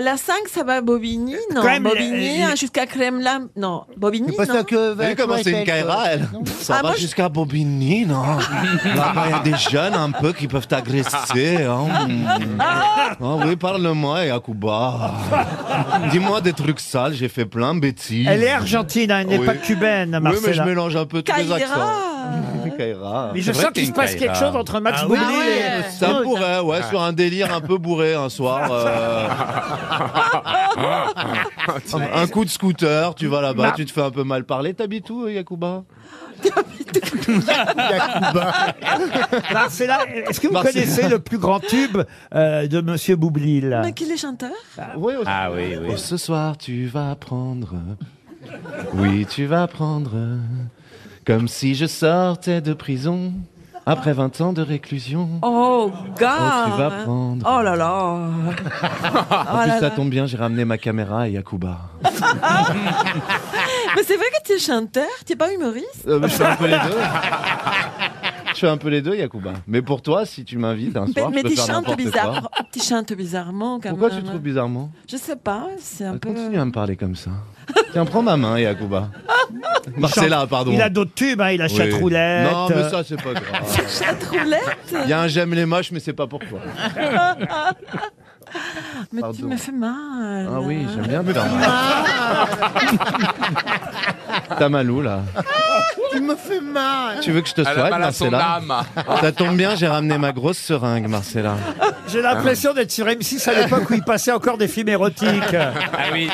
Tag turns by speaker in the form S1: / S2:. S1: La 5, ça va à Bobigny, non
S2: Quand même,
S1: Bobigny,
S2: il-
S1: hein, jusqu'à Kremlin, non. Bobigny,
S3: Pas ça
S1: non
S3: que.
S4: Vous
S2: Ben,
S4: avez commencé une
S3: KRA.
S4: KRA, elle Ça
S1: Ah,
S4: va
S1: moi, je-
S4: jusqu'à Bobigny, non Là-bas, il y a des jeunes un peu qui peuvent t'agresser. Hein. Ah oui, parle-moi, Yakuba. Dis-moi des trucs sales, j'ai fait plein de bêtises.
S2: Elle est argentine, hein, elle n'est
S4: Oui.
S2: pas cubaine,
S4: Oui, mais je
S2: Marcella. mais,
S4: mélange un peu tous les accents.
S1: Caïra
S4: Kaira.
S2: je
S5: vrai
S2: sens qu'il
S5: que t'es
S2: se
S5: une
S2: passe quelque
S5: Kaira.
S2: chose
S4: hein.
S2: entre Max Ah oui.
S1: Ah
S2: Boublil
S1: ouais.
S2: et...
S4: Ça pourrait, ouais, sur un délire un peu bourré un soir. euh, un, un coup de scooter, tu vas là-bas,
S2: Ma-
S4: tu te fais un peu mal parler. T'habites où, Yakuba
S2: Marcella, est-ce que vous
S4: Marcella.
S2: connaissez le plus grand tube euh, de Monsieur Boublil
S1: Mais qui est chanteur
S4: Oui, au-
S5: Ah oui,
S4: Oh,
S5: oui.
S4: ce soir, tu vas prendre. Oui, tu vas prendre. Comme si je sortais de prison après 20 ans de réclusion.
S1: Oh, gars
S4: Oh, tu vas prendre.
S1: Oh là là
S4: en
S1: oh
S4: plus,
S1: là là.
S4: ça tombe bien, j'ai ramené ma caméra à Yakuba.
S1: Mais c'est vrai que tu es chanteur, tu n'es pas humoriste
S4: Euh, je fais un peu les deux. Je fais un peu les deux, Yakuba. Mais pour toi, si tu m'invites un
S1: Mais,
S4: soir,
S1: mais
S4: je peux
S1: tu
S4: faire
S1: chantes
S4: n'importe quoi.
S1: bizarre, tu chantes bizarrement quand
S4: Pourquoi
S1: même.
S4: tu trouves bizarrement Bah,
S1: Je sais pas, c'est un peu...
S4: Continue à me parler comme ça. Tiens, prends ma main, Yakuba. Marcella, pardon.
S2: Il a d'autres tubes, hein, il a
S4: Oui.
S2: Chatroulette.
S4: Non, mais
S2: euh,
S4: ça, c'est pas grave.
S1: Chatroulette
S4: Il y a un j'aime les moches, mais c'est pas pour toi.
S1: Mais tu
S4: Pardon.
S1: me fais mal.
S4: Ah oui, j'aime bien te faire mal. T'as mal où, là
S3: Tu me fais mal.
S4: Tu veux que je te
S5: Elle a
S4: soigne,
S5: mal à son
S4: Marcella
S5: âme.
S4: Ça tombe bien, j'ai ramené ma grosse seringue, Marcella.
S2: J'ai l'impression d'être sur M6 à l'époque où il passait encore des films érotiques.
S5: Ah oui.